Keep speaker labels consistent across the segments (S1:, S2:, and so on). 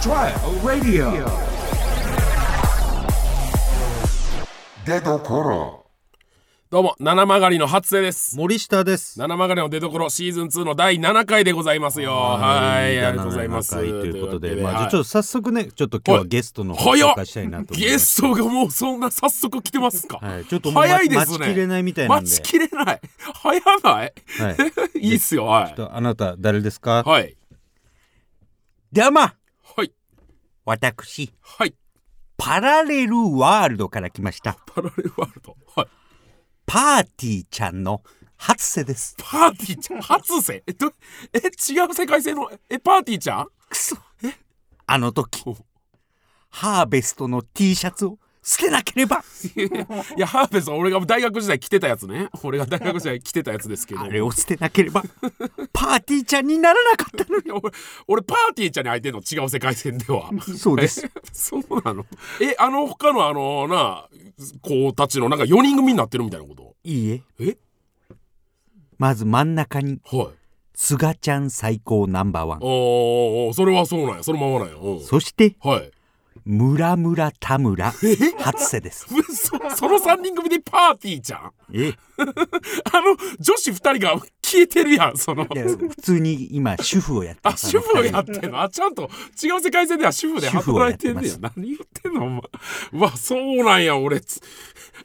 S1: trial radio.
S2: 出どころ
S3: どうも七曲りの初瀬です
S4: 森下です。
S3: 七曲りの出所シーズン2の第7回でございますよはいありがとうございます
S4: 第七回ということで、
S3: というわ
S4: ま
S3: け
S4: あ、じゃあちょっと早速ね、ちょっと今日はゲストの方
S3: はい
S4: 紹
S3: 早
S4: 介したいな
S3: っ
S4: と思い
S3: ゲ
S4: ます。
S3: ストがもうそんな早速来てますか、
S4: はい、ちょっともう
S3: 早いですね
S4: 待ちきれないみたいなん
S3: 待
S4: で。
S3: ちきれない早ない
S4: はい。
S3: いいっすよはい
S4: ちょっとあなた誰ですか。
S3: はい
S4: どうも、
S3: はい
S4: 私
S3: はい
S4: パラレルワールドから来ました。
S3: パラレルワールドはい
S4: パーティーちゃんの初瀬です。
S3: パーティーちゃん初瀬えどえ違う世界線のえパーティーちゃん
S4: くそ。あの時
S3: お
S4: ハーベストの T シャツを捨てなければ。
S3: いやハーベスは俺が大学時代着てたやつね俺が大学時代着てたやつですけど
S4: あれを捨てなければパーティーちゃんにならなかったの
S3: いや 俺俺パーティーちゃんに入ってんの違う世界線では
S4: そうです。
S3: そうなのえあの他のあのな子たちのなんか4人組になってるみたいなこ
S4: いいえ。
S3: え
S4: まず真ん中に、
S3: とはい
S4: すがちゃん最高ナンバーワン。
S3: おーおーそれはそうなんやそのままなんやうん
S4: そして、
S3: はい
S4: ムラムラ田村、初瀬です。
S3: そその3人組でパーティーちゃん
S4: え
S3: あの女子2人が消えてるやんその
S4: いや普通に今、主婦をやってま
S3: あ
S4: す。
S3: 主婦をやってんのあちゃんと違う世界線では主婦で
S4: 主婦をや
S3: 働
S4: っ
S3: いてん
S4: てま
S3: ねや
S4: す
S3: 何言ってんのお前うわそうなんや俺つ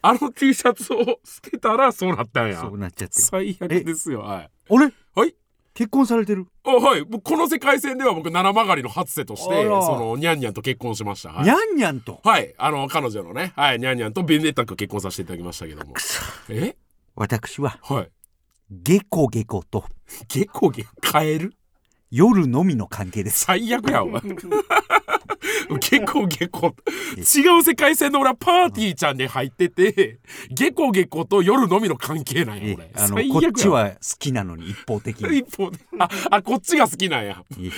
S3: あの T シャツを捨てたらそうなったんや
S4: そうなっちゃって。
S3: 最悪ですよはい
S4: あれ
S3: はい
S4: 結婚されてる、
S3: あはいもうこの世界線では僕七曲りの初瀬として
S4: あら
S3: そのニャンニャンと結婚しましたはい
S4: にゃんにゃんと。
S3: はいあの彼女のねはいニャンニャンとベネッタ君結婚させていただきましたけどもえ
S4: 私は、
S3: はい
S4: ゲコゲコと、
S3: ゲコゲカエル
S4: 夜のみの関係です。
S3: 最悪やお 前結構結構違う世界線の俺はパーティーちゃんで入っててゲコゲコと夜のみの関係なんや
S4: え
S3: 俺
S4: あの
S3: 最悪や
S4: こっちは好きなのに一方的に。
S3: 一方であ あこっちが好きなんや
S4: え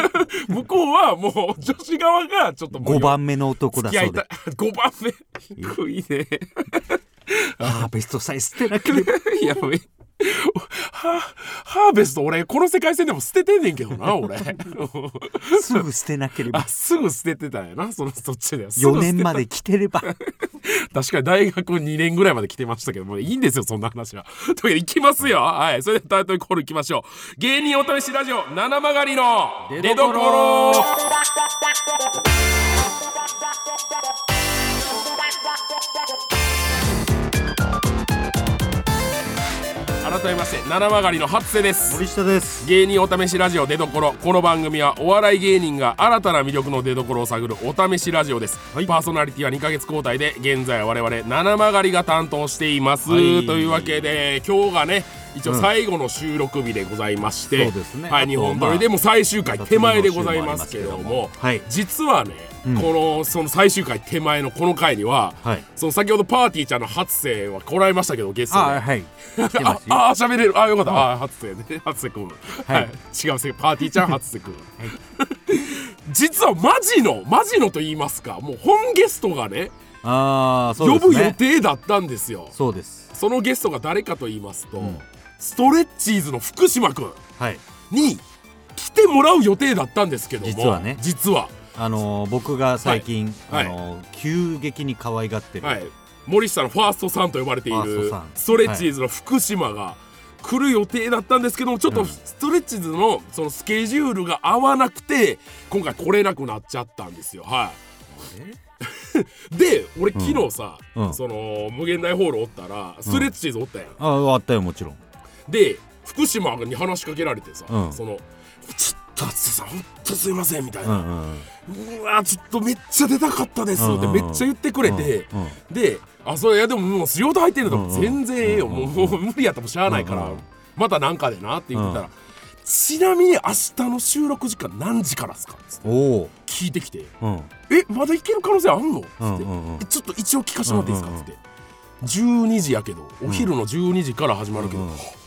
S3: 向こうはもう女子側がちょっともう
S4: 5番目の男だ
S3: 付き合
S4: そ
S3: いうたい
S4: で。
S3: 5番目低いね
S4: ハーベストさえ捨てなければ。
S3: いやもうえはハーベスト俺この世界線でも捨ててんねんけどな 俺
S4: すぐ捨てなけれ
S3: あ
S4: ば
S3: すぐ捨ててたんやなそのそっちではすぐ捨
S4: 4
S3: てた
S4: 年まで来てれば
S3: 確かに大学2年ぐらいまで来てましたけども、いいんですよ、そんな話は。 というわけで、行きますよ。はい。それではタイトルコール行きましょう。芸人お試しラジオ、七曲りの出所改めまして、七曲りの初瀬です。
S4: 森下です
S3: 芸人お試しラジオ出どころこの番組はお笑い芸人が新たな魅力の出どころを探るお試しラジオです、
S4: はい
S3: パーソナリティは2ヶ月交代で現在は我々七曲りが担当しています、
S4: はい
S3: というわけで今日がね一応最後の収録日でございまして、
S4: そうですね
S3: は
S4: あ
S3: い、
S4: と
S3: 日本撮りでもう最終回
S4: まあ
S3: 手前でございますけれど
S4: 次の週もあり
S3: も
S4: ますけれどもはい
S3: 実はね、このその最終回手前のこの回には、
S4: はい
S3: その先ほどパーティーちゃんの初生は来られましたけどゲストで
S4: あはい来てますよ
S3: ああ喋れるあよかったあ初瀬ね 初瀬くんはい、違うせパーティー ちゃん初瀬くん、実はマジのマジのと言いますかもう本ゲストがね
S4: あーそう
S3: 呼
S4: で
S3: ぶ
S4: すね
S3: 予定だったんですよ
S4: そうです
S3: そのゲストが誰かと言いますと、ストレッチーズの福島くん
S4: はい
S3: に来てもらう予定だったんですけども
S4: 実はね
S3: 実は
S4: あのー僕が最近、
S3: はい
S4: あのー急激に可愛がってる、
S3: はい森下のファーストさんと呼ばれてい
S4: ファース
S3: る
S4: トさん
S3: ストレッチーズの福島が来る予定だったんですけどもちょっと
S4: うん
S3: ストレッチーズのそのスケジュールが合わなくて今回来れなくなっちゃったんですよは
S4: れ
S3: い で俺昨日さ、
S4: うんうん
S3: その無限大ホールおったらストレッチーズおったやん、
S4: あーあったよもちろん
S3: で福島に話しかけられてさ、
S4: うん
S3: その「ちょっと淳さんほんとすいません」みたいうな「
S4: んうん
S3: うわちょっとめっちゃ出たかったです」ってめっちゃ言ってくれて、
S4: うんうん
S3: で「あそれいやでももう仕事入ってんのと
S4: うんうん
S3: 全然ええよ、
S4: うんうん
S3: もうもう無理やったらもうしゃあないから、
S4: うんうん
S3: またなんかでな」って言ってたら、
S4: うん
S3: ちなみに明日の収録時間何時からですか?」つって
S4: おお
S3: 聞いてきて
S4: うんうん
S3: 「えまだいける可能性あんの?」つって、
S4: うんうん
S3: えちょっと一応聞かせてもらっていいですか?」
S4: う
S3: つ
S4: んうん
S3: って、12時やけどお昼の12時から始まるけど、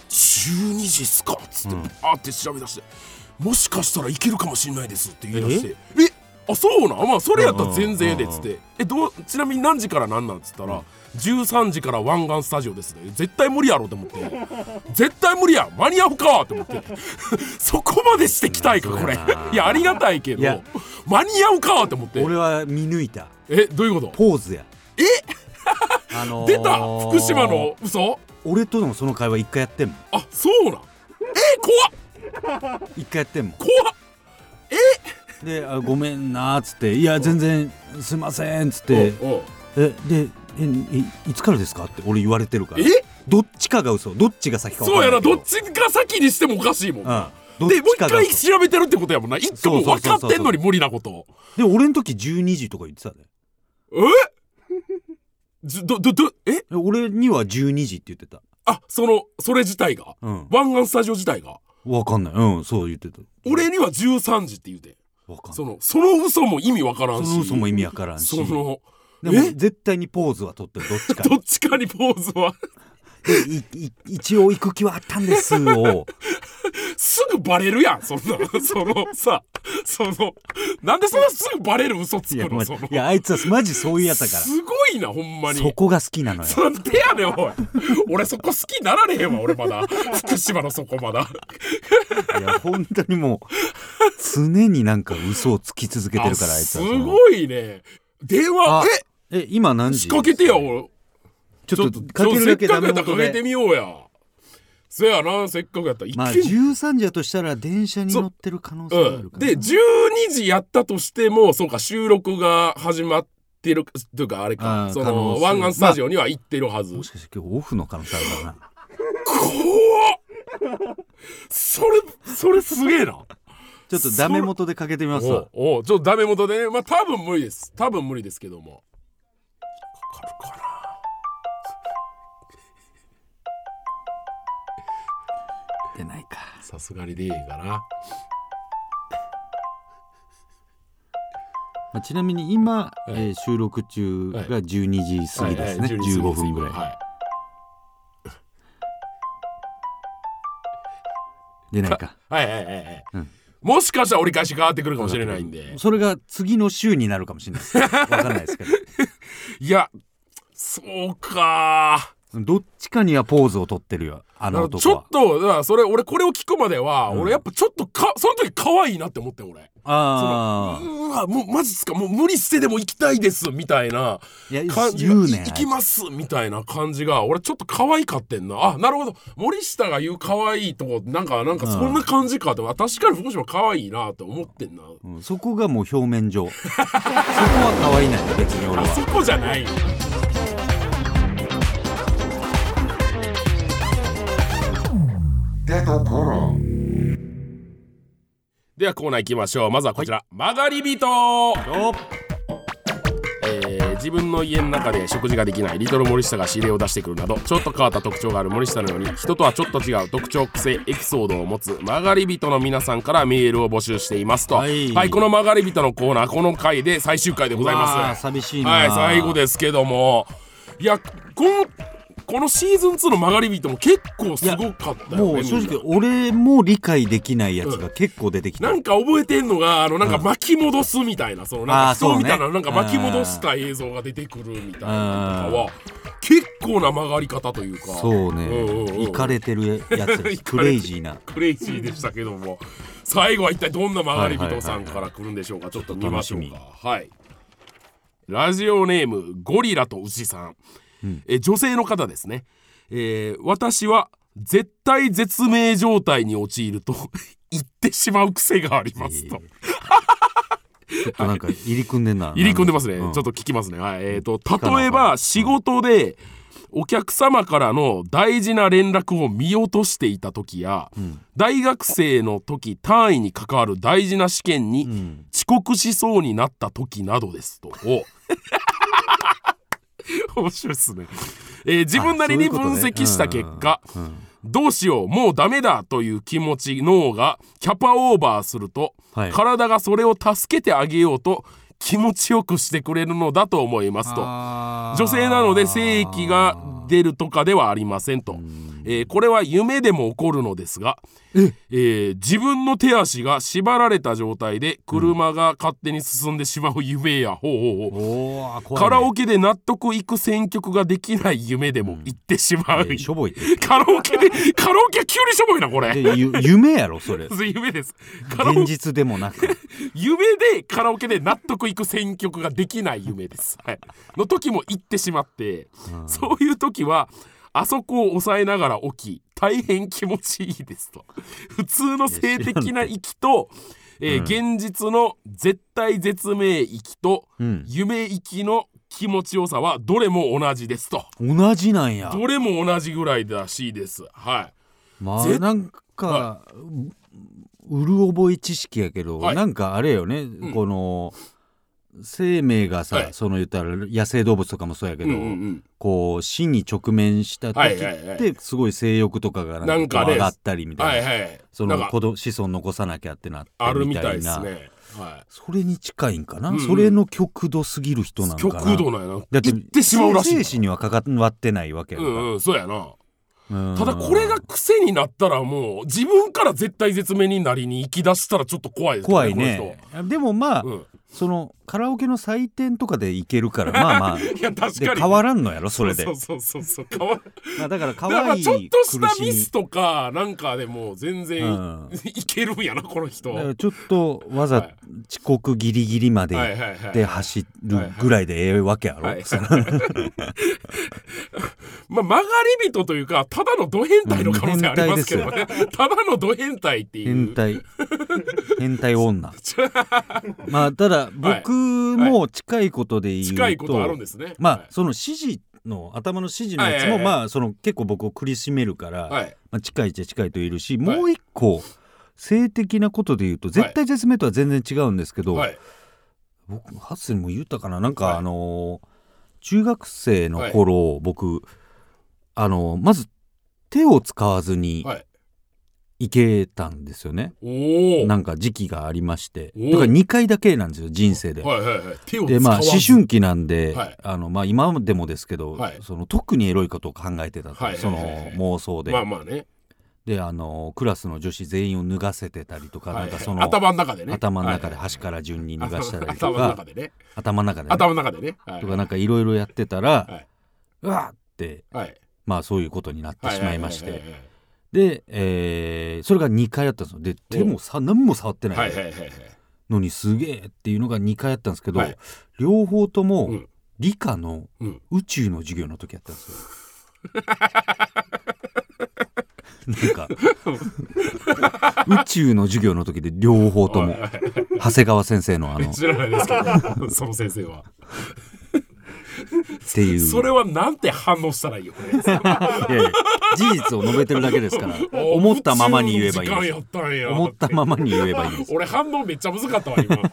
S3: 12時っすか?」っつってバーって調べ出して「もしかしたらいけるかもしれないです」って言い出して「えあそうなんまあそれやったら全然ええでっつって、えどうちなみに何時から何なんっつったら、13時から湾岸スタジオですね絶対無理やろと思って絶対無理や間に合うかと思って そこまでしてきたいかこれいやありがたいけど
S4: いや
S3: 間に合うかと思って
S4: 俺は見抜いた
S3: えどういうこと
S4: ポーズやえ あのー
S3: 出た福島の嘘
S4: 俺とのその会話一回やってんもん
S3: あそうなんえ怖っ
S4: 一回やってんもん
S3: 怖っ
S4: であ「ごめんな」っつって「いや全然すいません」っつって
S3: おうおう
S4: 「えでえいいつからですか?」って俺言われてるから
S3: え
S4: どっちかが嘘どっちが先か分
S3: そう
S4: か
S3: や
S4: ん
S3: な
S4: な
S3: い
S4: けど
S3: どっちが先にしてもおかしいもん、
S4: うん、
S3: でもう一
S4: どっちかが
S3: 回調べてるってことやもんな一個もう分かってんのに無理なことを
S4: で俺の時12時とか言ってたね
S3: えじどどどえ
S4: で俺には12時って言ってた
S3: あそのそれ自体が
S4: うん
S3: 湾岸スタジオ自体が
S4: 分かんないうんそう言ってた
S3: 俺には13時って言うて
S4: 分かんない
S3: そ
S4: そ
S3: のその嘘も意味わからんし
S4: の嘘も意味わからんし
S3: その
S4: でも
S3: え
S4: 絶対にポーズは取ってるどっ ちか
S3: どっちかにポーズは
S4: でいい一応行く気はあったん ですを
S3: すぐバレるやんそんな そのさそのなんでそんなすぐバレる嘘つ
S4: い
S3: く
S4: や,、
S3: の
S4: ま
S3: その
S4: いやあいつはマジそういうやつだから
S3: すごいなほんまに
S4: そこが好きなのよ
S3: そんでやねんおい俺そこ好きになられへんわ俺まだ福島のそこまだ
S4: いや本当にもう常になんか嘘をつき続けてるからあいつ
S3: す
S4: はその
S3: ごいね電話
S4: あ
S3: え
S4: え今何時
S3: 仕掛けてよ俺
S4: ち
S3: ち
S4: ょ
S3: ょ
S4: っ
S3: っ
S4: と
S3: と
S4: かける
S3: せっ
S4: だけ
S3: か
S4: ダ
S3: くや
S4: メ
S3: ったら
S4: 元
S3: かけて
S4: で
S3: みようやそやなせっかくやったら
S4: まあ
S3: 一気に
S4: 13時だとしたら電車に乗ってる可能性がある
S3: う
S4: か
S3: ん、で
S4: らね、
S3: 12時やったとしてもそうか収録が始まってるというかあれ
S4: あ
S3: か
S4: ー
S3: そ
S4: 可能
S3: の
S4: 性
S3: 湾岸スタジオには行ってるはず、
S4: もしかして今日オフの可能性あるからな
S3: 怖っそれそれすげえな
S4: ちょっとダメ元でかけてみますわ
S3: おうおうちょっとダメ元でねまあ多分無理です多分無理ですけどもかかるか
S4: 出ないか
S3: なさすがにでえかな
S4: まあ、ちなみに今、
S3: い
S4: えー収録中が12時過ぎですね、
S3: はいはい
S4: 15分ぐらい、
S3: は
S4: 出ないか
S3: いはいはいはいはい
S4: うん
S3: もしかしたら折り返し変わってくるかもしれないんで
S4: それが次の週になるかもしれな いですわかんないですけ
S3: いやそうか
S4: どどっちかにはポーズを取ってるよあの
S3: ち
S4: 男
S3: ょ
S4: は
S3: っとだからそれ俺これを聞くまでは、俺やっぱちょっとかその時可愛いなって思って俺
S4: ああ
S3: うわもうマジっすかもう無理してでも行きたいですみたいない
S4: や
S3: 感じが
S4: 言うね
S3: い行きますみたいな感じが俺ちょっと可愛かってんなあなるほど森下が言う可愛いとこなんかなんかそんな感じかって、確かに福島可愛いなって思ってんな、
S4: うんそこがもう表面上そこは可愛いなよ別に俺
S3: あ
S4: は
S3: そこじゃないよ
S2: 出どころ
S3: ではコーナー行きましょうまずはこちら、曲がり人
S4: お
S3: えー自分の家の中で食事ができないリトル森下が指令を出してくるなどちょっと変わった特徴がある森下のように人とはちょっと違う特徴癖エピソードを持つ曲がり人の皆さんからメールを募集していますとは、
S4: はいい
S3: この曲がり人のコーナーこの回で最終回でございま
S4: わあ
S3: す
S4: 寂しいな
S3: はい最後ですけどもいやこのこのシーズン2の曲がり人も結構すごかったよね
S4: もう正
S3: みんな
S4: 直俺も理解できないやつが結構出てきた、
S3: なんか覚えてんのがあのなんか巻き戻すみたいなその
S4: あ
S3: なんか
S4: ーそう
S3: 人
S4: ね
S3: みたいななんか巻き戻した映像が出てくるみたいなのとかは結構な曲がり方というか
S4: そう
S3: うんうんうん
S4: ねいかれてる やつですクレイジーな
S3: クレイジーでしたけども最後は一体どんな曲がり人さんから来るんでしょうかちょっと見ましょうかはいラジオネームゴリラと牛さん、え女性の方ですね、えー私は絶対絶命状態に陥ると 言ってしまう癖がありますと、
S4: ちょっとなんか入り組んでんな
S3: 入り組んでますね、
S4: う
S3: ちょっと聞きますね、はいえー、と
S4: かな
S3: 例えば仕事でお客様からの大事な連絡を見落としていた時や、大学生の時単位に関わる大事な試験に遅刻しそうになった時などですと。お面白いですね、えー自分なりに分析した結果どうしようもうダメだという気持ち脳がキャパオーバーすると、
S4: はい
S3: 体がそれを助けてあげようと気持ちよくしてくれるのだと思いますと女
S4: 女
S3: 性なので精液が出るとかではありませんと、えーこれは夢でも起こるのですが、えー自分の手足が縛られた状態で車が勝手に進んでしまう夢や、ほうほうほう
S4: おー怖いね
S3: カラオケで納得いく選曲ができない夢でも行ってしまう、
S4: えーしょぼいって
S3: カラオケ でカラオケ急にしょぼいなこれ
S4: でゆ 夢やろそれ
S3: 夢ですカラオ
S4: 現実でもなく
S3: 夢でカラオケで納得いく選曲ができない夢です、はい、の時も行ってしまってそういう時はあそこを抑えながら起き大変気持ちいいですと普通の性的な息と、えー現実の絶対絶命息と、
S4: うん
S3: 夢息の気持ちよさはどれも同じですと
S4: 同じなんや
S3: どれも同じぐらいらしいですはい
S4: まあ
S3: ぜ
S4: なんかううる覚え知識やけど、
S3: はい
S4: なんかあれよね、この生命がさ、
S3: はい
S4: その言ったら野生動物とかもそうやけど、
S3: うんうん
S4: こう死に直面した時って、
S3: はいはいは
S4: すごい性欲とかがな
S3: なんん
S4: か
S3: か
S4: こう
S3: ね
S4: 上がったりみ
S3: うん、
S4: たいな
S3: はいはい
S4: そ
S3: な
S4: の
S3: んか
S4: 子供子孫残さなきゃってなって
S3: あるみ
S4: みた
S3: たい
S4: い
S3: です
S4: な、
S3: ねはい
S4: それに近いんかな、
S3: うんうん
S4: それの極度すぎる人なんかな
S3: 極度なんやな
S4: だって
S3: 行ってしまうらしいな
S4: 生死にはかかわってないわけや
S3: う
S4: から
S3: んうんそうやな
S4: うん
S3: ただこれが癖になったらもう自分から絶対絶命になりに行き出したらちょっと怖いですね
S4: 怖いねでもまあ、
S3: この人
S4: そのカラオケの採点とかでいけるからまあまあ
S3: うんい や確かに
S4: で変わらんのやろそれで
S3: そうそうそうそう変わ
S4: まあ、だから可
S3: だから
S4: 愛い
S3: ちょっとした
S4: 苦しみ
S3: ミスとかなんかでも全然い,、
S4: うん
S3: けるんやなこの人
S4: だか
S3: は
S4: らちょっとわ
S3: は
S4: ざ
S3: い
S4: 遅刻ギリギリま
S3: いはい
S4: で
S3: はい
S4: で走るぐらいでええわけやろ、
S3: はい
S4: その
S3: まあ、曲がり人というかただのド変態の可能性ありますけどね ただのド変態っていう
S4: 変 態変態女まあただ僕も近いことで言うと、
S3: 近いことあるんですね
S4: まあその指示の頭の指示のやつ
S3: はいは
S4: も
S3: いはい
S4: まあその結構僕を苦しめるから、
S3: はい、はい
S4: まあ、近いっちゃ近いといるし、
S3: はい
S4: もう一個性的なことで言うと絶対絶命とは全然違うんですけど、
S3: はい
S4: 僕ハッセンも言ったかなな
S3: は
S4: ん
S3: い
S4: かあのー中学生の頃、僕あのーまず手を使わずに
S3: はい
S4: 行けたんですよね、
S3: おお
S4: なんか時期がありまして
S3: おー
S4: だから2回だけなんですよ人生で。
S3: はいはいはい手を使わず
S4: でまあ思春期なんで、
S3: はい
S4: あのまあ、今でもですけど、
S3: はい
S4: その特にエロいことを考えてたと、
S3: はいはい
S4: その
S3: はいはい
S4: 妄想で、
S3: まあまあね
S4: であのクラスの女子全員を脱がせてたりとか、
S3: はい
S4: なんかその
S3: 頭の中でね
S4: 頭の中で
S3: はい
S4: 端から順に脱がしたりと
S3: 頭の中
S4: か
S3: でね
S4: 頭の中でね、
S3: 頭の中でねはい
S4: とかなんかいろいろやってたら、
S3: はいう
S4: わーって
S3: はい
S4: まあそういうことになってしまいまし
S3: はい
S4: てで、えーそれが2回あったんですよで手もさ何も触って
S3: は
S4: ない
S3: はいはい
S4: い
S3: はいはいはい
S4: のにすげえっていうのが2回あったんですけど、
S3: はい
S4: 両方とも
S3: うん
S4: 理科の
S3: うん
S4: 宇宙の授業の時やったんですよ。なんか宇宙の授業の時で両方とも長谷川先生 のあのっ
S3: 知らないですけど その先生は
S4: ていう
S3: それはなんて反応したらいいよこれ
S4: いやいや事実を述べてるだけで すから 思ったままに言えばいいん
S3: 時間
S4: で
S3: やったん
S4: す
S3: や
S4: 思ったままに言えばいいんです
S3: 俺反応めっちゃ難かったわ今
S4: だ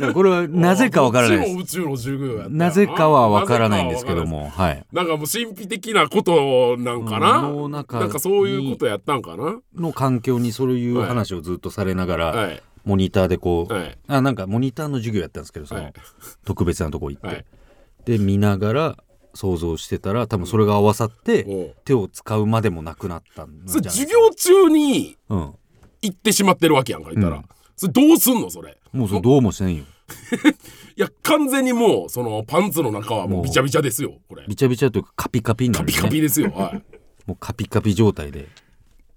S4: からこれは なぜかわからないです
S3: 宇宙の授業やった
S4: なぜかはわからないんですけど
S3: なぜかはわからない
S4: もはい
S3: なんかもう神秘的なことなんか
S4: うん
S3: な
S4: の中に
S3: なんかそういうことやったんかな
S4: の環境にそういう話をずっとされながら
S3: はい
S4: モニターでこう
S3: はい
S4: あなんかモニターの授業やったんですけどそ
S3: は
S4: の
S3: い
S4: 特別なとこ行っ
S3: は
S4: て
S3: い
S4: で見ながら想像してたら多分それが合わさって
S3: おう
S4: 手を使うまでもなくなったんじ
S3: そ
S4: ゃ
S3: れ
S4: ない
S3: 授業中に
S4: うん
S3: 行ってしまってるわけやんか言ったら、
S4: うん
S3: それどうすんのそれ
S4: もうそれどうもしてんよ
S3: いや完全にもうそのパンツの中はもうびちゃびちゃですよこれ
S4: びちゃびちゃというかカピカピにな
S3: カ
S4: る
S3: ピ
S4: よ
S3: カ
S4: ね
S3: ピですよはい
S4: もうカピカピ状態で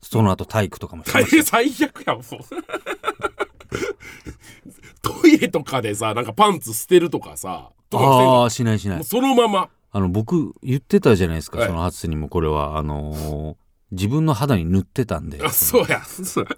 S4: その後体育とかもして
S3: 大
S4: ました
S3: 変最悪やんもう トイレとかでさなんかパンツ捨てるとかさとかしてん
S4: あ
S3: の
S4: あしないしな
S3: も
S4: いう
S3: そのまま
S4: あの僕言ってたじゃないですか、
S3: はい
S4: その初にもこれはあのー自分の肌に塗ってたんで
S3: あそうやそうや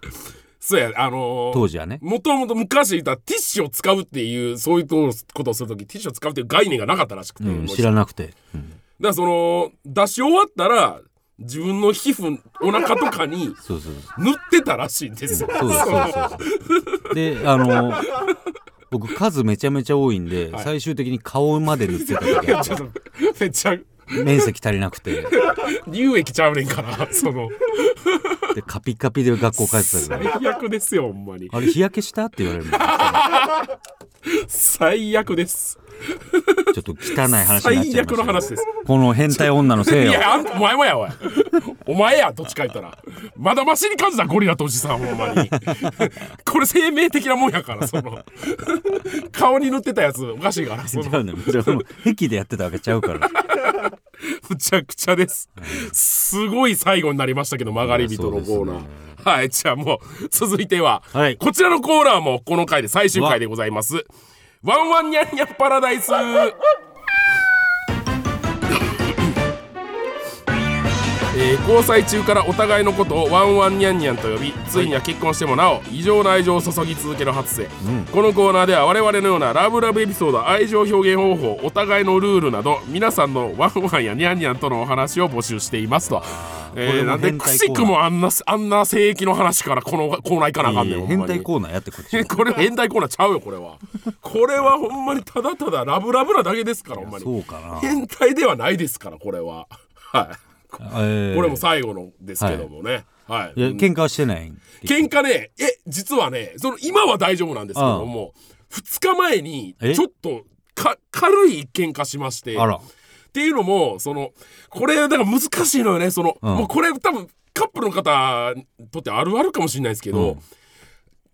S3: そうやあのー
S4: 当時はね
S3: もともと昔いたティッシュを使うっていうそういうことをするときティッシュを使うっていう概念がなかったらしくて、
S4: うん、
S3: もう
S4: 知らなくて、うん
S3: だからその出し終わったら自分の皮膚お腹とかに
S4: そうそう
S3: 塗ってたらしいんですよ。
S4: そうそうそうそうそうであのー僕数めちゃめちゃ多いんで、
S3: い
S4: 最終的に顔まで塗ってた 時あ っ
S3: ちょっ
S4: て
S3: とめっちゃ
S4: 面積足りなくて
S3: 乳液ちゃうねんからその
S4: でカピカピで学校帰ってたから
S3: 最悪ですよほんまに
S4: あれ日焼けしたって言われるもん
S3: 最悪です
S4: ちょっと汚い話になっちゃいました
S3: 最
S4: け
S3: 悪
S4: ど
S3: の話です
S4: この変態女のせい
S3: い
S4: よ
S3: やあんお前もやおいお前やどっちか言ったらまだマシに感じたゴリラとおじさんほんまに これ生命的なもんやからその顔に塗ってたやつおかしいからそ
S4: 違
S3: の
S4: うねじゃあこの癖でやってたわけちゃうから
S3: むちゃくちゃです。すごい最後になりましたけど、曲がり人のコーナー。
S4: そうで
S3: はい、じゃあもう、続いては、
S4: はい
S3: こちらのコーナーもこの回で最終回でございます。ワンワンニャンニャンパラダイス。えー交際中からお互いのことをワンワンニャンニャンと呼びついには結婚してもなお異常な愛情を注ぎ続ける初世、このコーナーでは我々のようなラブラブエピソード愛情表現方法お互いのルールなど皆さんのワンワンやニャンニャンとのお話を募集していますと、え
S4: これ
S3: ー
S4: も
S3: なんで
S4: 変態
S3: く
S4: コーナ
S3: し
S4: ー
S3: くもあんなあんな聖域の話からこのコーナー行かなあかんねん、ほんまに
S4: 変態コーナーやってこっち
S3: え これ変態コーナーちゃうよこれはこれはほんまにただただラブラブなだけですからほんま
S4: そう
S3: に
S4: かな
S3: 変態ではないですからこれははい
S4: えー
S3: これも最後のですけどもねはい、
S4: いや
S3: うん
S4: 喧嘩はしてないん
S3: 喧嘩ねえ実はねその今は大丈夫なんですけども2日前に
S4: え
S3: ちょっとか軽い喧嘩しまして
S4: あら
S3: っていうのもそのこれだから難しいのよねその、
S4: うん
S3: もうこれ多分カップルの方にとってあるあるかもしれないですけど、
S4: うん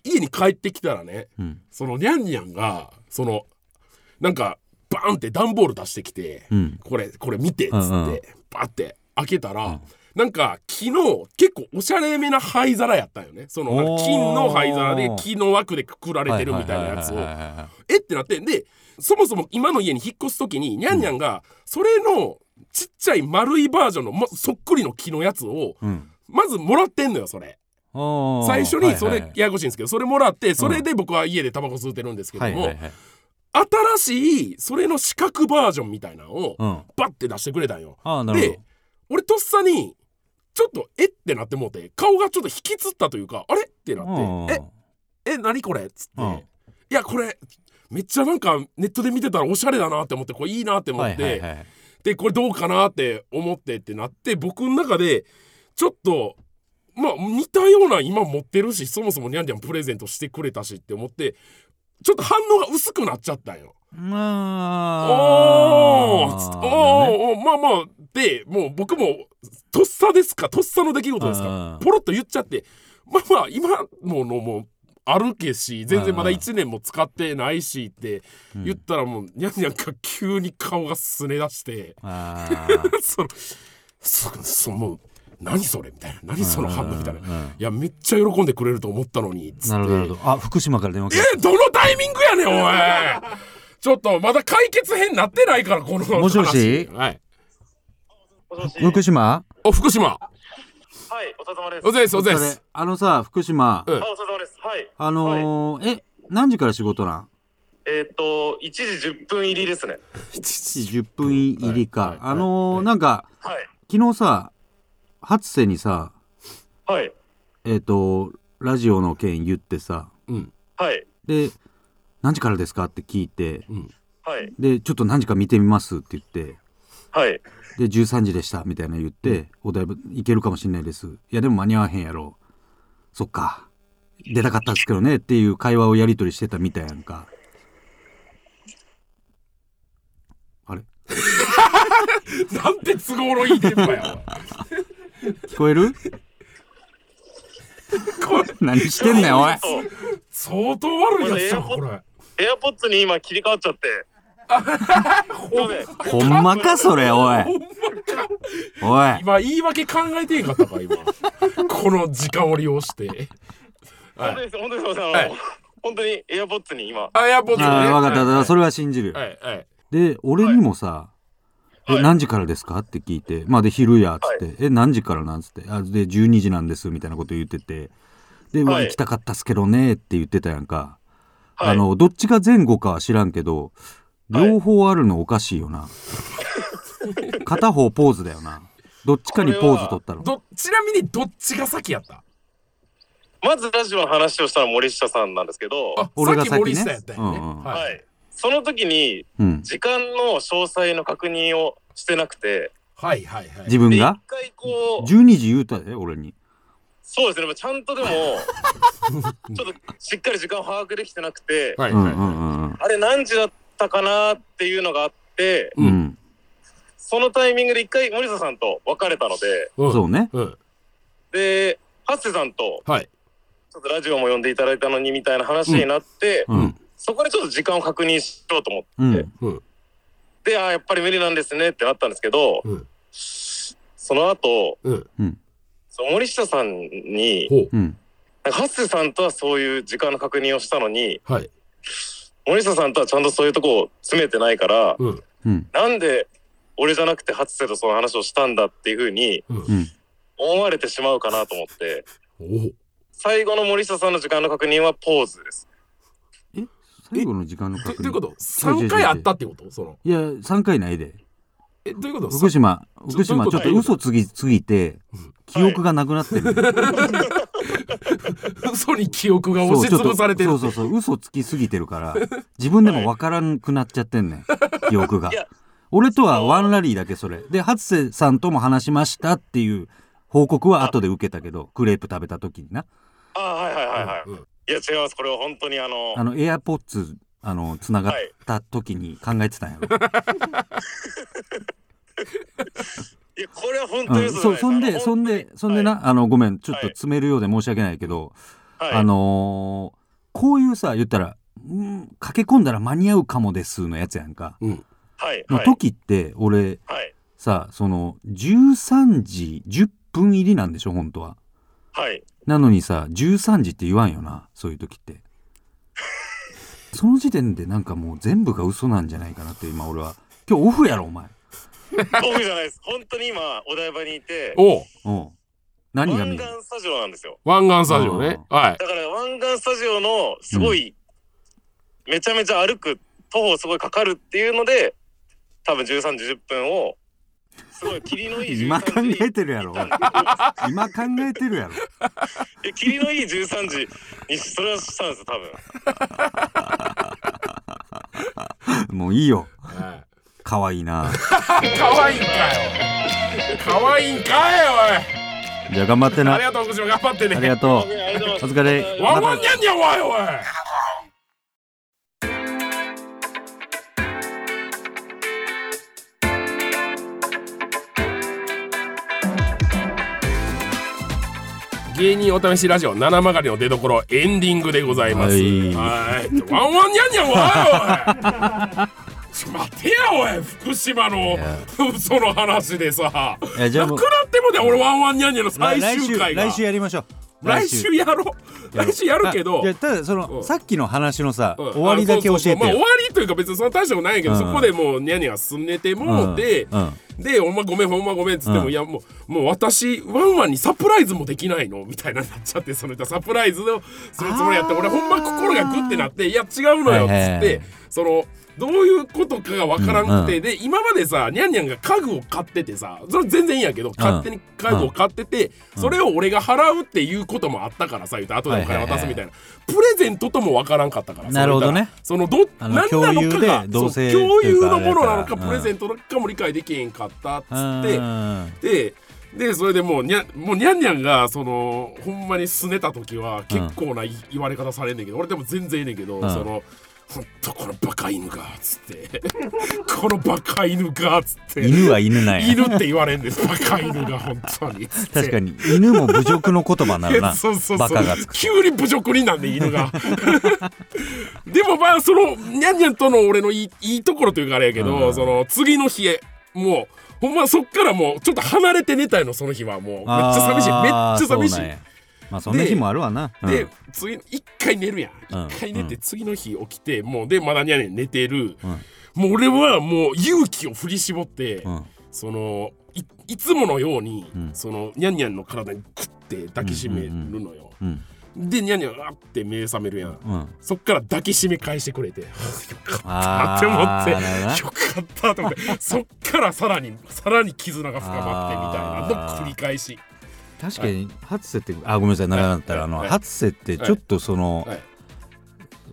S3: 家に帰ってきたらね、
S4: うん
S3: そのニャンニャンがそのなんかバーンって段ボール出してきて、
S4: うん
S3: これこれ見てっつって、
S4: うんうん
S3: バーって開けたら、なんか昨日結構おしゃれめな灰皿やったんよねそのなんか金の灰皿で
S4: おー
S3: 木の枠でくくられてるみたいなやつを
S4: はいはいはいはいはい
S3: えってなってでそもそも今の家に引っ越す時にニャンニャンがそれのちっちゃい丸いバージョンのもそっくりの木のやつを
S4: うん
S3: まずもらってんのよそれ
S4: あー
S3: 最初にそ
S4: は
S3: れ
S4: いはい
S3: ややこしいんですけどそれもらってそれで僕は家でタバコ吸ってるんですけど
S4: はいは
S3: も
S4: いはい
S3: 新しいそれの四角バージョンみたいなのを
S4: うんあ
S3: バッて出してくれたんよ
S4: あなるほど
S3: で俺とっさにちょっとえってなってもうて顔がちょっと引きつったというかあれってなってええ何これっつって、
S4: うん
S3: いやこれめっちゃなんかネットで見てたらおしゃれだなって思ってこれいいなって思って、
S4: はいはいはい
S3: でこれどうかなって思ってってなって僕の中でちょっとまあ似たような今持ってるしそもそもニャンニャンプレゼントしてくれたしって思ってちょっと反応が薄くなっちゃったんよ。
S4: ま
S3: おー
S4: あ
S3: っつっておー
S4: なるほどね
S3: おーおーまあまあでもう僕もとっさですかとっさの出来事です
S4: うんう
S3: か
S4: ん
S3: ポロッと言っちゃってまあまあ今ののも歩けし全然まだ
S4: うんうん
S3: 1年も使ってないしって言ったらもうニャンニャンが急に顔がすね出して
S4: あー
S3: そのそそもう何それみたいな何その反応みたいな
S4: うんうんうんうん
S3: いやめっちゃ喜んでくれると思ったのにつって
S4: なるほどなるほどあ福島から電話来た
S3: えどのタイミングやねんお前ちょっとまだ解決編なってないからこの話
S4: もしもし
S3: はい
S1: もしもし
S4: 福島
S3: お福島
S1: はい、お疲れ様です。
S3: おぜですおぜです
S4: あのさ福島
S3: うん
S1: あ、お疲れ様です。はい。
S4: あ
S1: はい
S4: のーえ何時から仕事なん
S1: えーっと、1時10分入りですね。
S4: 10分入り
S3: はいは
S4: か
S3: い
S4: あの
S3: は
S4: ー
S3: い
S4: なんか
S1: はい。
S4: 昨日さ初瀬にさ
S1: はい。
S4: えっとラジオの件言ってさ
S3: うん
S1: はい。
S4: で何時からですかって聞いて
S3: うん
S1: はい。
S4: でちょっと何時か見てみますって言って
S1: はい。
S4: で13時でしたみたいな言ってお台場行けるかもしんないですいやでも間に合わへんやろそっか出たかったんですけどねっていう会話をやり取りしてたみたいやんかあれ
S3: なんて都合のいい電波や
S4: 聞こ える
S3: おいこれ
S4: 何してんねんおい
S1: ちょっ
S3: 相当悪いやつだ
S1: こ
S3: こ
S1: れ
S3: れ
S1: とエアポッツに今切り替わっちゃって。ごめん
S4: ほんまかそれおい
S3: ほんまか
S4: おい
S3: 今言い訳考えてへんかったか今この時間を利用して
S1: 本当です、本当です、本当
S3: は
S1: で
S3: い
S1: す。本当にエアポッツに今。
S3: あやっぱね
S4: ああ分かっただから
S3: は
S4: それは信じるよ
S3: いはい
S4: で俺にもさ「
S1: はい
S4: え何時からですか?」って聞いて「まあで昼や」っつって「え何時からなん?」つって「あで12時なんです」みたいなこと言ってて「で、うわ
S1: はい
S4: 行きたかったっすけどね」って言ってたやんか、
S1: はい
S4: あのどっちが前後かは知らんけど
S1: はい
S4: 両方あるのおかしいよ な、片方ポーズだよなどっちかにポーズ取ったの
S3: どちなみにどっちが先やった
S1: まずラジオの話をしたのは森下さんなんですけど、
S3: あ
S4: 俺が
S3: さっき森
S4: 先ね
S3: 下やったよね
S4: うんうん
S1: は
S3: はい
S1: い。その時に、
S4: うん
S1: 時間の詳細の確認をしてなくて、
S3: はいはいはい
S4: 自分
S1: で
S4: が
S1: 一回こう、
S4: 12時言うたで俺に
S1: そうですね、まあちゃんとでも、 ちょっとしっかり時間を把握できてなくて、
S3: は
S4: うんうんうんうん
S1: あれ何時だっったかなっていうのがあって、
S4: うん、
S1: そのタイミングで一回森田さんと別れたので、
S3: うん
S4: そうね。
S3: うん
S1: で、ハッセさんと
S3: はい
S1: ちょっとラジオも呼んでいただいたのにみたいな話になって、
S4: うん、
S1: そこでちょっと時間を確認しようと思っ
S4: うん、
S3: うん
S1: て、ああ、やっぱり無理なんですねってなったんですけど、
S3: うん
S1: その後、
S3: うん
S1: その森下さんに、
S3: ほう
S4: うん、
S1: なんかハッセさんとはそういう時間の確認をしたのに、
S3: はい
S1: 森下さんとはちゃんとそういうとこを詰めてないから、
S3: うん
S4: うん、
S1: なんで俺じゃなくて初瀬とその話をしたんだっていうふうに
S3: うん
S4: うん、
S1: 思われてしまうかなと思って
S3: おう
S1: 最後の森下さんの時間の確認はポーズです
S4: え、最後の時間の
S3: て
S4: 確
S3: という
S4: 認。
S3: こと三回あったってことその
S4: いや、3回ないで。
S3: えどういうこと
S4: 福島、
S3: ちょ
S4: 福島、
S3: ど
S4: ち
S3: うい
S4: ょ
S3: うこと
S4: っと嘘つきすぎて、記憶がなくなってる。
S3: 嘘に記憶が
S4: そう
S3: 押し
S4: ちょっと
S3: 潰されてる
S4: そうそうそう、嘘つきすぎてるから、自分でもわからんくなっちゃってんねん、記憶が
S1: いや。
S4: 俺とはワンラリーだけそれ。で、初瀬さんとも話しましたっていう報告は後で受けたけど、クレープ食べた時にな。
S1: ああはいはいはいはい、
S3: うん
S1: いや違いますこれは本当にあの
S4: あの、エアポッツ、あの、つながった時に考えてたんやろ。
S1: いやこれは本当
S4: う
S1: に
S4: ん、
S1: 嘘
S4: そ
S1: じゃ
S4: そ
S1: ない
S4: ん
S1: で
S4: で、
S1: す
S4: そんで、そんでな、あの、ごめん、ちょっと詰めるようで申し訳ないけど、
S1: はい、
S4: あのーこういうさ言ったら、うん「駆け込んだら間に合うかもです」のやつやんか。
S3: うん
S1: はい
S4: の
S1: はい
S4: 時って俺
S1: はい
S4: さその13時10分入りなんでしょ本当は。
S1: はい
S4: なのにさ13時って言わんよなそういう時って。その時点でなんかもう全部が嘘なんじゃないかなって今俺は今日オフやろお前。
S1: 僕じゃないです本当に今お台場にいて
S3: おう
S4: おう何が
S1: 湾
S4: 見え
S1: 岸
S4: る
S1: スタジオなんですよ
S3: 湾岸スタジオねはい
S1: だから湾岸スタジオのすごい、めちゃめちゃ歩く徒歩すごいかかるっていうので多分13時10分をすごい霧のいい
S4: 今考
S1: 13時に
S4: えてるやろおい今考えてるやろ。
S1: え霧のいい13時にそれをしたんですよ多分
S4: もういいよ
S3: はい
S4: 可愛いな。
S3: 可愛いんかよ可愛いんかい
S4: じゃあ頑張って
S3: おい
S4: な。
S3: あ
S4: あ
S3: りがとう福島頑張ってね
S4: りがとう。 お疲れ
S3: ワンワンニャンニャンわいおい芸人お試しラジオ七曲りの出所エンディングでございます。は
S4: はいい
S3: いワンワンニャンニャンわいおい。ちょ待てやおい福島の
S4: や
S3: その話でさ。
S4: いやじゃ
S3: な
S4: あ
S3: く
S4: も
S3: な
S4: う
S3: ってもね俺ワンワンニャンニャンの最
S4: 来
S3: 終
S4: 週
S3: 回が。
S4: 来週やりましょう
S3: 来週やろう来週やるけど
S4: あいやただその、
S3: うん
S4: さっきの話のさ、
S3: うん
S4: 終わりだけ教えて
S3: あそうそうそ
S4: よ
S3: うまあ、終わりというか別にその大したことないんやけど、
S4: うん
S3: そこでもうニャニャ進めてもうて、
S4: うんうん
S3: で「ほんまごめんほんまごめん」っつっても「
S4: うん
S3: いやもうもう私ワンワンにサプライズもできないの?」みたいななっちゃってその人はサプライズをするつもりやって
S4: あー
S3: 俺ほんま心がグッてなって「いや違うのよ」っつって、
S4: はいはいはい
S3: その。どういうことかがわからなくて、で今までさニャンニャンが家具を買っててさそれ全然いいんやけど勝手に家具を買ってて、それを俺が払うっていうこともあったからさ言うて後でお金渡すみたいな、プレゼントともわからんかったから
S4: なるほどね
S3: そのど
S4: あの
S3: 何なのかが
S4: 共有で同
S3: そう
S4: 性
S3: 共
S4: とい
S3: 有
S4: うか
S3: のものなのか
S4: あれだから
S3: プレゼントなのかも理解できへんかったっつ
S4: う
S3: っ
S4: ん
S3: てででそれでもうにゃもうにゃんにゃんがそのほんまにすねた時は結構ない言われ方されんねんけど俺でも全然ええねんけど
S4: ん
S3: その。ほんとこのバカ犬がっつって このバカ犬がっつって
S4: 犬は犬なんや
S3: 犬って言われんですバカ犬が本当につって
S4: 確かに犬も侮辱の言葉なる な
S3: そうそうそう
S4: バカがつく
S3: 急に侮辱になんで犬が でもまあそのニャンニャンとの俺のいいいいところというかあれやけど、
S4: うん
S3: その次の日へもうほんまそっからもうちょっと離れて寝たいのその日はもうめっちゃ寂しいめっちゃ寂し
S4: あーそうなん
S3: い
S4: やまあそんな日もあるわな
S3: で、次一回寝るやん
S4: うん
S3: 一回寝て
S4: う
S3: 次の日起きてもうでまだニャンニャン寝てる、
S4: ん
S3: もう俺はもう勇気を振り絞って、
S4: うんうん
S3: そのいいつものように、
S4: ん
S3: そのニャンニャンの体にクッて抱きしめるのよ、
S4: うん
S3: でニャンニャンあって目覚めるやん、
S4: うん
S3: そっから抱きしめ返してくれてよか
S4: あ
S3: った
S4: ー
S3: って思
S4: なる
S3: ってよ
S4: ほどな
S3: かったと思ってそっからさらにさらに絆が深まってみたいなの繰り返し
S4: 確かに初瀬ってあごめんなさい長くなったら、
S3: はい
S4: あ
S3: は
S4: の
S3: い
S4: 初瀬ってちょっとその、
S3: はい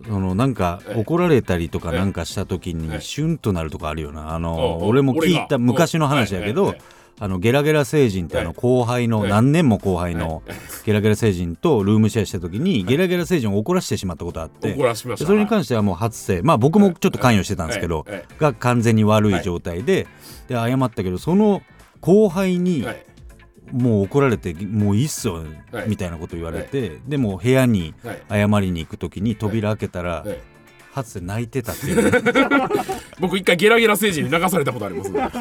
S4: そのなんか
S3: はい
S4: 怒られたりとか
S3: はい
S4: なんかした時
S3: は
S4: に
S3: い
S4: シュンとなるとこあるよな
S3: お
S4: あ
S3: うお
S4: の
S3: う
S4: 俺も聞
S3: 俺
S4: い
S3: が
S4: た昔の話やけ
S3: おう
S4: ど
S3: はいはい
S4: あのゲラゲラ星人ってあ
S3: は
S4: の
S3: い
S4: 後輩の
S3: はい
S4: 何年も後輩のゲラゲラ星人とルームシェアした時にゲラゲラ星人を怒らしてしまったことがあって
S3: 怒らしまし
S4: で
S3: た
S4: それに関してはもう初生まあ僕もちょっと関与してたんですけど
S3: はいはいはい
S4: が完全に悪い状態でで謝ったけどその後輩に
S3: はい
S4: もう怒られてもういいっすよ
S3: はい
S4: みたいなこと言われてでも部屋に
S3: はい
S4: 謝りに行く時に扉開けたら
S3: はい
S4: 初生泣いてたっていうね
S3: 僕一回ゲラゲラ星人に流されたことありますんで
S4: 泣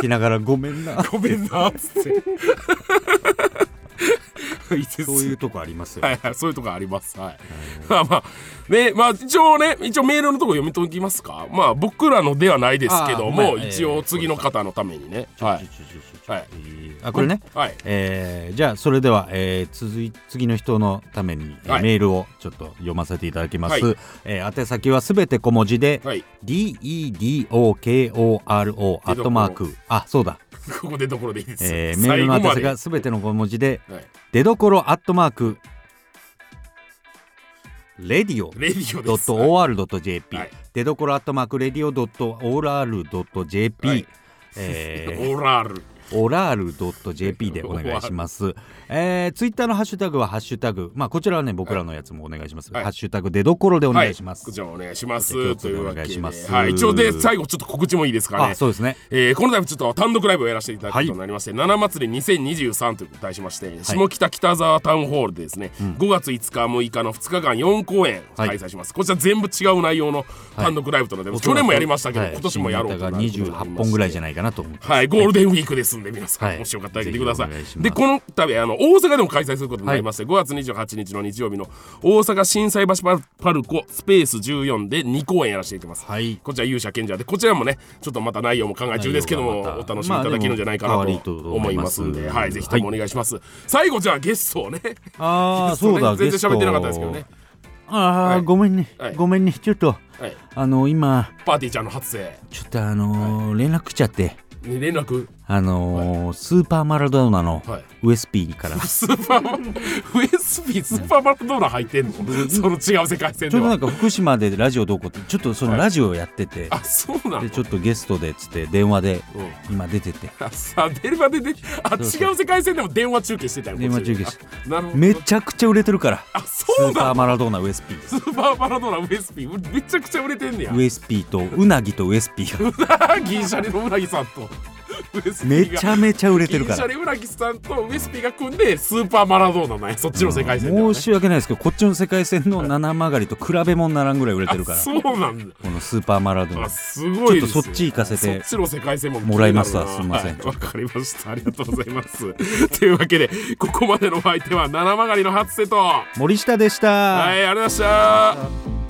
S4: きながらごめんな
S3: ごめんなっつって いいです
S4: そういうとこありますよ
S3: はいはい、そういうとこあります。はい。まあまあ、ね、まあ一応ね、一応メールのとこ読み解きますか。まあ僕らのではないですけど
S4: あー
S3: も、
S4: はい
S3: 一応次の方のためにね。はい。はい。
S4: あこれね
S3: はい。
S4: えーじゃあそれでは、えー続い次の人のために、えー
S3: はい
S4: メールをちょっと読ませていただきます、
S3: はい
S4: えー宛先はすべて小文字で、
S3: はい
S4: DEDOKORO アットマークあそうだ、
S3: ここでところでいい です。
S4: えーメールの
S3: 最後
S4: 宛
S3: まで
S4: 先がすべての小文字で
S3: はい
S4: 出どころアットマークレディオ
S3: レディオです。
S4: .or.jp
S3: はい
S4: 出どころアットマークレディオ .or.jp、
S3: はい
S4: えー
S3: オラール。
S4: オラール .jp でお願いします。えー、ツイッターのハッシュタグはハッシュタグ、まあこちらはね僕らのやつもお願いします。
S3: はい
S4: ハッシュタグ出どころでお願いします。
S3: はい、こちらお願いします。
S4: こち
S3: と
S4: ら
S3: い
S4: お
S3: うわ
S4: 願
S3: け
S4: い
S3: で、
S4: します
S3: はい、一応で最後ちょっと告知もいいですかね
S4: あ。そうですね。
S3: えーこの度ちょっと単独ライブをやらせていただくことになりまして、七祭り2023ということを題しまして、下北北沢タウンホールでですね、5月5日6日の2日間4公演を開催します、こちら全部違う内容の単独ライブとなってます、去年もやりましたけど、
S4: はい
S3: 今年もやろうと
S4: 新ネタが
S3: 二十八
S4: 28本ぐらいじゃ
S3: ない
S4: ないかなと思って。
S3: はい、ゴールデンウィークですんで皆さん、
S4: はい
S3: もしよかったら来てくださ
S4: ぜひお願い
S3: い
S4: します
S3: でこの度あの大阪でも開催することになりまして、5月28日の日曜日の大阪心斎橋パルパルコスペース14で2公演やらせていただきます、
S4: はい。
S3: こちら勇者賢者でこちらもねちょっとまた内容も考え中ですけどもお
S4: 内容がまた
S3: 楽しみいただけるんじゃないか
S4: まあで
S3: な
S4: も
S3: と
S4: 変わりと
S3: 思
S4: 思
S3: い
S4: い
S3: ま
S4: ますす
S3: んで、はい、ぜひともお願いします、最後じゃあゲストをね
S4: ああ
S3: ゲストね
S4: そうだ
S3: 全
S4: ゲス
S3: 然
S4: ト
S3: 喋ってなかったですけどね、
S4: ああ、
S3: はい
S4: ごめんね、
S3: はい
S4: ごめんねちょっと
S3: はい、
S4: あの今
S3: パーティーちゃんの初声
S4: ちょっとあのー連絡来ちゃって
S3: に連絡
S4: あのースーパーマラドーナの
S3: はい
S4: ウエスピーから。
S3: スーパー マウエスピースーパーマラドーナ入ってんのその違う世界線
S4: ち
S3: で
S4: ょうどな
S3: は
S4: んか福島でラジオどうこうってちょっとそのラジオやってて、
S3: あそうなの
S4: でちょっとゲストでっつって電話で
S3: うん
S4: 今出てて
S3: あさあ電話でねあ
S4: そうそう
S3: 違う世界線でも電話中継してたよ
S4: 電話中継し
S3: あなるほど
S4: めちゃくちゃ売れてるから
S3: あ
S4: ス
S3: そう
S4: ーパ
S3: な
S4: ー
S3: の
S4: マラドーナウエスピ
S3: ス
S4: ー
S3: ーパーマラドーナウエスピーめちゃくちゃ売れてんねや
S4: ウエスピーとうなぎとウエス ピーが
S3: 銀シャリのうなぎさんと
S4: めちゃめちゃ売れてる
S3: 銀
S4: か
S3: シャ
S4: ら
S3: リうなぎさんとウエスピーが組んでスーパーマラドーナなんやそっちの世界線ではね、
S4: 申し訳ないですけどこっちの世界線の七曲がりと比べ物にならんぐらい売れてるか
S3: あ
S4: ら
S3: そうなんだ
S4: このスーパーマラドー
S3: あ
S4: ナ
S3: すごいです
S4: ちょっとそっち行かせ
S3: そ
S4: て
S3: っちの世界線も
S4: もらいますわ
S3: 気
S4: す
S3: に
S4: い
S3: な
S4: ま
S3: るな
S4: せ
S3: んはいわ、かりましたありがとうございますというわけでここまでのお相手は七曲りの初瀬とは
S4: 森下でした
S3: いありがとうございました